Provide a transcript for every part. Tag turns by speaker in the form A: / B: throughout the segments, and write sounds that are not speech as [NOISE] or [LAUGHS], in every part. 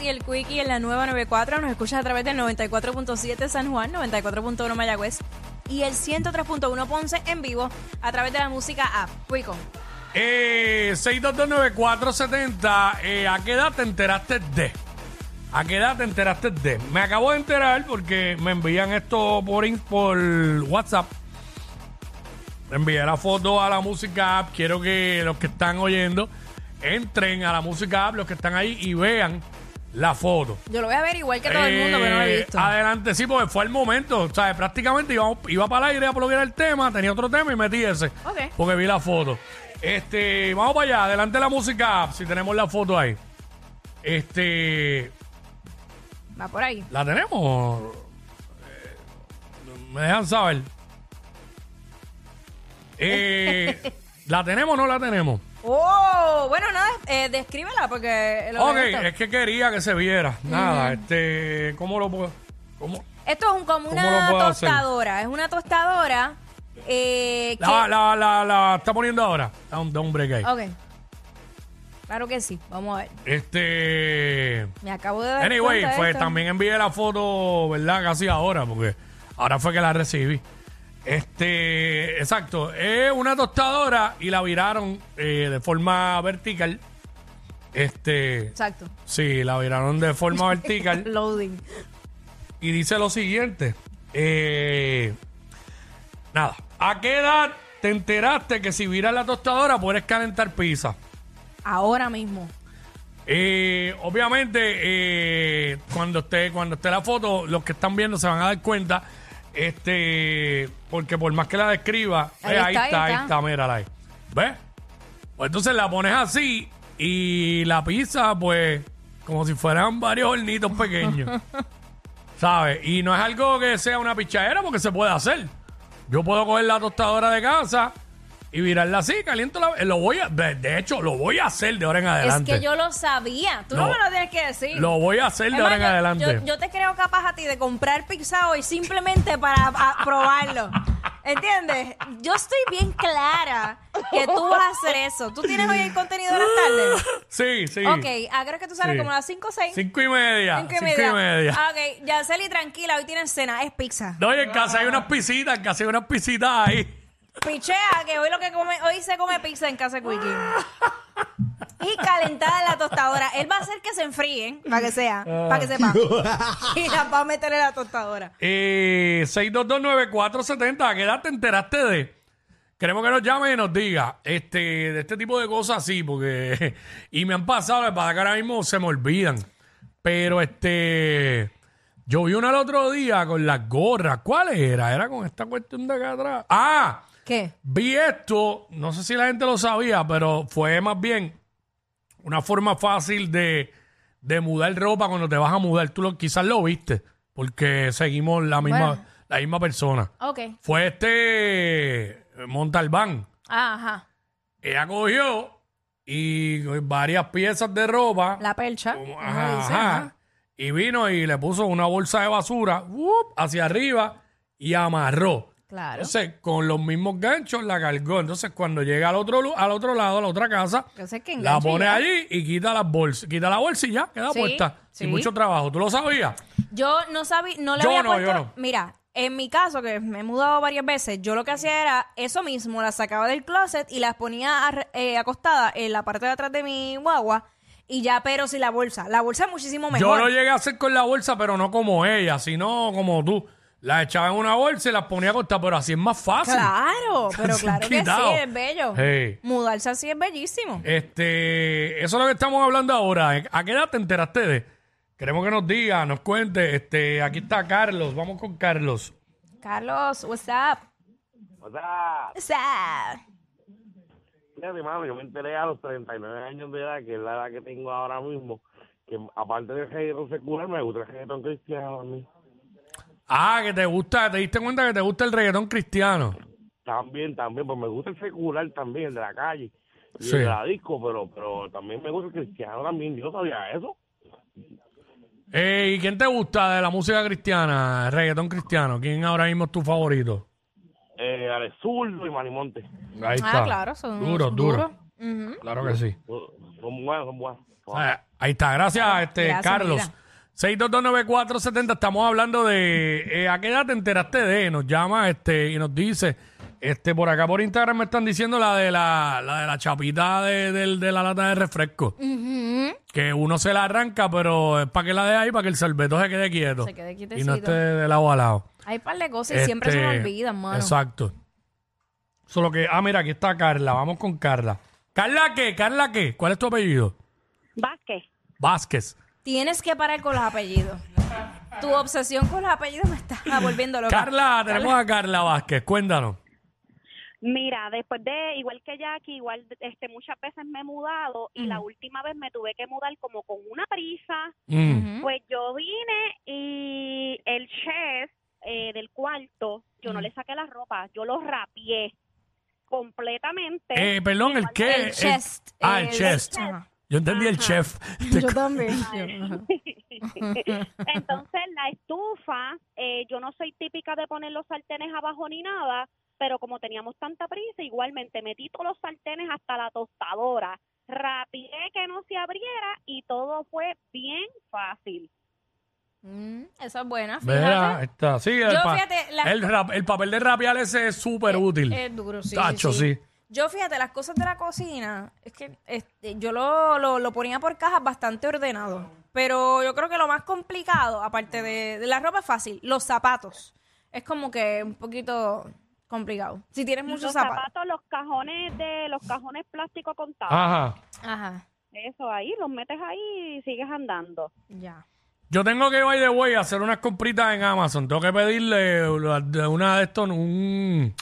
A: y el Quickie en la nueva 94. Nos escuchas a través del 94.7 San Juan, 94.1 Mayagüez y el 103.1 Ponce en vivo a través de la música app. Quico.
B: Eh, 6229470, eh, ¿a qué edad te enteraste de? ¿A qué edad te enteraste de? Me acabo de enterar porque me envían esto por, in- por WhatsApp. Envié la foto a la música app. Quiero que los que están oyendo entren a la música app, los que están ahí, y vean la foto.
A: Yo lo voy a ver igual que todo el mundo, pero no lo he
B: Eh,
A: visto.
B: Adelante, sí, porque fue el momento. O sea, prácticamente iba, iba para el aire a bloquear el tema, tenía otro tema y metí ese.
A: Ok.
B: Porque vi la foto. Este, vamos para allá, adelante la música, si tenemos la foto ahí. Este,
A: Va por ahí.
B: ¿la tenemos? Eh, Me dejan saber.
A: [LAUGHS]
B: Eh, ¿La tenemos o no la tenemos?
A: Oh, bueno, nada, eh, descríbela porque lo
B: Ok,
A: que gusta.
B: es que quería que se viera. Nada, este, ¿cómo lo puedo? ¿Cómo?
A: Esto es un, como
B: ¿Cómo lo
A: una
B: puedo hacer?
A: tostadora. Es una tostadora eh, que...
B: La, la, la, la está poniendo ahora. Da un, da un break ahí.
A: Ok. Claro que sí. Vamos a ver.
B: Este.
A: Me acabo de dar
B: Anyway,
A: cuenta de
B: pues
A: esto.
B: también envié la foto, ¿verdad? Casi ahora, porque ahora fue que la recibí. Este, exacto, es una tostadora y la viraron eh, de forma vertical. Este,
A: Exacto.
B: sí, la viraron de
A: [LAUGHS]
B: forma vertical.
A: Loading.
B: y dice lo siguiente. eh, nada, ¿a qué edad te enteraste que si viras la tostadora puedes calentar pizza?
A: Ahora mismo.
B: Eh, obviamente, eh, cuando esté, cuando esté la foto, los que están viendo se van a dar cuenta. Este, porque por más que la describa,
A: Ahí
B: eh,
A: está,
B: ahí,
A: ahí
B: está, ahí
A: está.
B: está, mírala ahí. ¿Ves? Pues entonces la pones así y la pizza, pues, como si fueran varios hornitos pequeños.
A: [LAUGHS]
B: ¿Sabes? Y no es algo que sea una pichadera porque se puede hacer. Yo puedo coger la tostadora de casa y virarla así, caliento la. eh, Lo voy a, de, de hecho, lo voy a hacer de ahora en adelante.
A: Es que yo lo sabía. Tú no,
B: No.
A: me lo tienes que decir.
B: Lo voy a hacer
A: Es
B: de
A: más,
B: ahora en
A: yo-
B: adelante.
A: Yo, yo te creo capaz a ti de comprar pizza hoy simplemente para a- probarlo. ¿Entiendes? Yo estoy bien clara que tú vas a hacer eso. ¿Tú tienes hoy el contenido de las tardes?
B: Sí, sí.
A: Ok, ah, creo que tú sales
B: Sí.
A: como a las 5 o 6.
B: Cinco y media. Cinco y media.
A: Ah, ok, Yanceli, tranquila, hoy tienes cena, es pizza.
B: No, y en casa hay unas pisitas, en casa hay unas pisitas ahí.
A: Pichea, que hoy lo que come, hoy se come pizza en casa de Quickie. Y calentada en la tostadora. Él va a hacer que se enfríen, para que sea, para que sepa. [LAUGHS] Y las va a meter en la tostadora.
B: Eh, 6229470, ¿a qué edad te enteraste de? Queremos que nos llame y nos diga este, de este tipo de cosas así, porque. [LAUGHS] Y me han pasado, para que ahora mismo se me olvidan. Pero este. Yo vi una el otro día con las gorras. ¿Cuál era? Era con esta cuestión de acá atrás. ¡Ah!
A: ¿Qué?
B: Vi esto, no sé si la gente lo sabía, pero fue más bien una forma fácil de, de mudar ropa cuando te vas a mudar. Tú lo, quizás lo viste, porque seguimos la misma,
A: Bueno.
B: la misma persona.
A: Ok.
B: Fue este Montalbán.
A: Ajá.
B: Ella cogió y varias piezas de ropa.
A: La percha.
B: Como,
A: Ajá,
B: ajá,
A: dice,
B: ajá.
A: ajá.
B: Y vino y le puso una bolsa de basura ¡wup!, hacia arriba y amarró.
A: Claro.
B: Entonces, con los mismos ganchos la cargó. Entonces, cuando llega al otro, lu- al otro lado, a la otra casa,
A: Entonces, ¿qué
B: la
A: enganche
B: pone
A: ya?
B: allí y quita las bolsas. Quita la bolsa y ya, queda
A: Sí,
B: puesta.
A: sí.
B: Sin mucho trabajo. ¿Tú lo sabías?
A: Yo no sabía, no le
B: Yo
A: había
B: no,
A: puesto.
B: yo no.
A: Mira, en mi caso, que me he mudado varias veces, yo lo que hacía era eso mismo, las sacaba del closet y las ponía ar- eh, acostadas en la parte de atrás de mi guagua. Y ya, pero si la bolsa. La bolsa es muchísimo
B: Yo
A: mejor.
B: lo llegué a hacer con la bolsa, pero no como ella, sino como tú. Las echaba en una bolsa y las ponía a costar, pero así es más fácil. [LAUGHS]
A: Claro, pero
B: Sin
A: claro que sí,
B: cuidado.
A: es bello.
B: Sí.
A: Mudarse así es bellísimo.
B: Este, eso es lo que estamos hablando ahora. ¿A qué edad te enteraste de? Queremos que nos diga, nos cuente. Este, aquí está Carlos, vamos con Carlos.
A: Carlos, what's up?
C: O sea,
A: What's up?
C: mira, mi hermano, yo me enteré a los 39 años de edad, que es la edad que tengo ahora mismo, que aparte del reggaetón secular, me gusta el reggaetón cristiano a mí.
B: Ah, que te gusta, te diste cuenta que te gusta el reggaetón cristiano.
C: También, también, pues me gusta el secular también, el de la calle, y
B: Sí.
C: el de la disco, pero, pero también me gusta el cristiano también, yo no sabía eso.
B: Eh, ¿Y quién te gusta de la música cristiana, el reggaetón cristiano? ¿Quién ahora mismo es tu favorito?
C: Eh, Alex Zurdo y Manimonte.
B: Ahí
A: Ah, claro, son
B: duro,
A: son
B: duro.
A: duros. Ujú.
B: Claro que sí.
C: Tú, Son buenas, son buenas.
B: Ah, ahí está, gracias, este,
A: Gracias,
B: Carlos.
A: mira.
B: 6229470, estamos hablando de eh, a qué edad te enteraste de, nos llama este y nos dice, este por acá por Instagram me están diciendo la de la, la de la chapita de, del- de la lata de refresco,
A: Ujú.
B: que uno se la arranca, pero es para que la de ahí, para que el sorbeto se quede quieto.
A: Se quede
B: y no
A: quietecito.
B: esté de lado a lado.
A: Hay un par de cosas y siempre se
B: Este,
A: me olvidan, mano.
B: Exacto. Solo que, ah, mira, aquí está Carla, vamos con Carla. Carla, ¿qué? Carla, ¿qué? ¿Cuál es tu apellido?
D: Vázquez.
B: Vázquez.
A: Tienes que parar con los apellidos. Tu obsesión con los apellidos me está [LAUGHS] ah, volviendo loca.
B: Carla, tenemos a Carla Vázquez, cuéntanos.
D: Mira, después de, igual que Jackie, igual este, muchas veces me he mudado y la última vez me tuve que mudar como con una prisa.
B: Mm.
A: Ujú.
D: Pues yo vine y el chef eh, del cuarto, yo no
A: Mm.
D: le saqué la ropa, yo lo rapié completamente.
B: Eh, perdón, ¿el qué?
A: El chest.
B: ah, el, chest.
A: Ajá.
B: Yo entendí el chef.
A: Yo
B: [LAUGHS]
A: también.
D: Entonces la estufa, eh, yo no soy típica de poner los sartenes abajo ni nada, pero como teníamos tanta prisa, igualmente metí todos los sartenes hasta la tostadora, rapié que no se abriera y todo fue bien fácil.
A: Mm, esa es buena.
B: Mira, ahí
A: Fíjate.
B: está. Sí, el,
A: Yo,
B: pa-
A: fíjate, la-
B: el, rap- el papel de rapear ese es súper útil.
A: Es duro, sí, sí,
B: Tacho,
A: sí.
B: sí.
A: Yo fíjate, las cosas de la cocina, es que este, yo lo, lo, lo ponía por cajas bastante ordenado. Pero yo creo que lo más complicado, aparte de, de la ropa, es fácil. Los zapatos. Es como que un poquito complicado. Si tienes muchos
D: los
A: zapatos.
D: zapatos, los cajones de los cajones plásticos contados,
B: Ajá.
A: Ajá,
D: eso ahí, los metes ahí y sigues andando.
A: ya.
B: Yo tengo que ir by the way a hacer unas compritas en Amazon. Tengo que pedirle una de estos, un,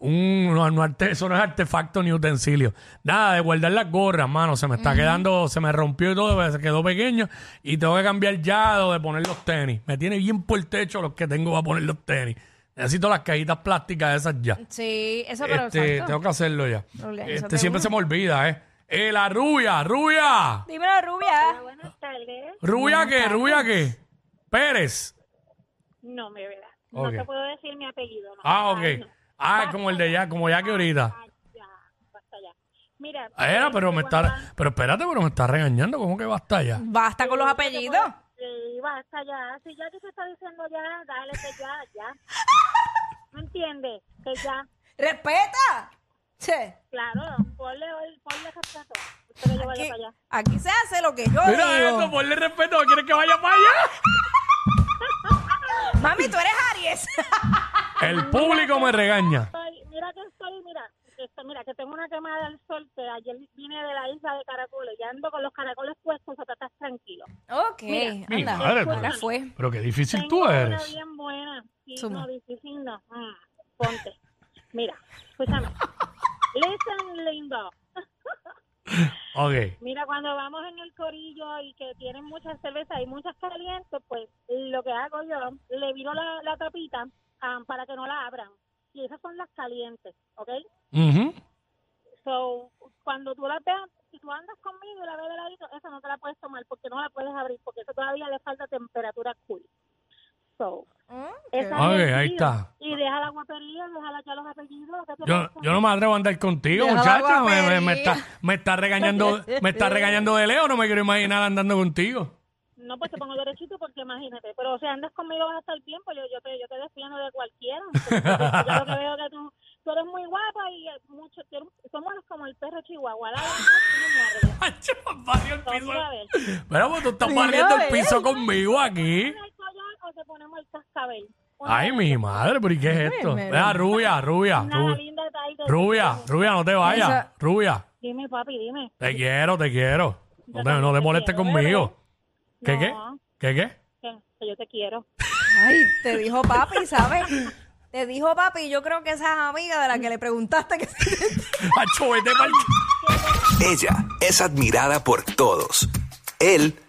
B: un no, no arte- eso no es artefacto ni utensilio. Nada, de guardar las gorras, mano. Se me está quedando, se me rompió y todo, pues, se quedó pequeño. Y tengo que cambiar ya lo de poner los tenis. Me tiene bien por el techo los que tengo para poner los tenis. Necesito las cajitas plásticas esas ya.
A: Sí, eso pero
B: Este,
A: exacto.
B: tengo que hacerlo ya.
A: Organízate
B: Este, siempre
A: uno.
B: se me olvida, ¿eh? Eh, la rubia, rubia.
A: Dímelo, rubia.
D: Buenas tardes.
B: ¿Rubia qué? ¿Rubia qué? Pérez.
D: No, me verdad.
B: No Ok. te
D: puedo decir mi apellido.
B: Ah, ok. Ah, es como el de ya, como ya que ahorita.
D: ah,
B: Ah,
D: Mira,
B: Era, pero me está, pero espérate, pero me está regañando, ¿cómo que basta ya?
A: Basta con los apellidos.
D: Sí, basta ya. Si ya que se está diciendo ya, dale que ya, ya. ¿Me entiendes? Que ya,
A: [LAUGHS] ¡Respeta! Che,
D: claro, ponle, ponle respeto. Usted que yo vaya
A: aquí,
D: para allá.
A: aquí se hace lo que yo
B: Mira
A: digo.
B: eso, ponle respeto, ¿quieres que vaya para allá?
A: Mami, tú eres Aries. [LAUGHS]
B: El público me regaña.
D: Estoy- mira que estoy, mira, que estoy- mira, que tengo una quemada del sol, que ayer vine de la isla de caracoles, ya ando con los caracoles puestos, o sea, estás tranquilo.
A: ok,
B: Mi
A: anda.
B: madre,
A: ahora
B: pero-
A: fue.
B: Pero qué difícil
D: Tengo
B: tú
D: una
B: eres.
D: bien buena. Sí,
A: Suma.
D: no, difícil no. Mm, ponte. Mira,
A: [LAUGHS]
D: escúchame. Listen, lindo.
B: Ok.
D: Mira, cuando vamos en el corillo y que tienen muchas cervezas y muchas calientes, pues lo que hago yo, le viro la, la tapita ah, para que no la abran. Y esas son las calientes, ¿ok?
B: Ujú.
D: So, cuando tú la veas, si tú andas conmigo y la ves de ladito, esa no te la puedes tomar porque no la puedes abrir, porque eso todavía le falta temperatura cool. So, esa
B: Ok,
D: es el
B: ahí
D: tío.
B: está.
D: Y deja la guapería, déjala ya los apellidos. lo que tú
B: Yo,
D: quieras.
B: yo no me atrevo a andar contigo,
A: Déjalo
B: muchacha. Me, me-
A: guapería.
B: me está, me está regañando, me está regañando de Leo, no me quiero imaginar andando contigo. [LAUGHS]
D: No, pues te pongo derechito porque imagínate. Pero o sea, andas conmigo vas a estar bien, pues yo, yo, te, yo te defiendo de cualquiera. Porque yo lo que veo que tú, tú eres muy guapa y eh, mucho, tú eres- somos como el perro chihuahua. La verdad, tú no me arreglas.
B: Hacho, barrió el piso.
D: Entonces, a ver,
B: Pero pues, tú estás barriendo el piso conmigo aquí.
D: ¿pones el collar o te ponemos el cascabel? Una
B: Ay, mi madre, pero ¿y qué es esto?
A: Primero.
B: Vea, rubia, rubia,
D: nada
B: rubia,
D: linda de ahí de-
B: rubia, rubia, no te vayas.
A: Esa-
B: Rubia,
D: Dime, papi, dime.
B: te quiero, te quiero. No te,
D: también
B: no te
D: te
B: molestes
D: quiero,
B: conmigo. ¿Qué qué?
D: No.
B: ¿Qué [LAUGHS] qué?
D: Que, que yo te quiero.
A: Ay, te dijo papi, ¿sabes? Te dijo papi, yo creo que esa es amiga de la que le preguntaste que
D: [LAUGHS]
B: Acho, vete pa'l-
E: Ella es admirada por todos. Él,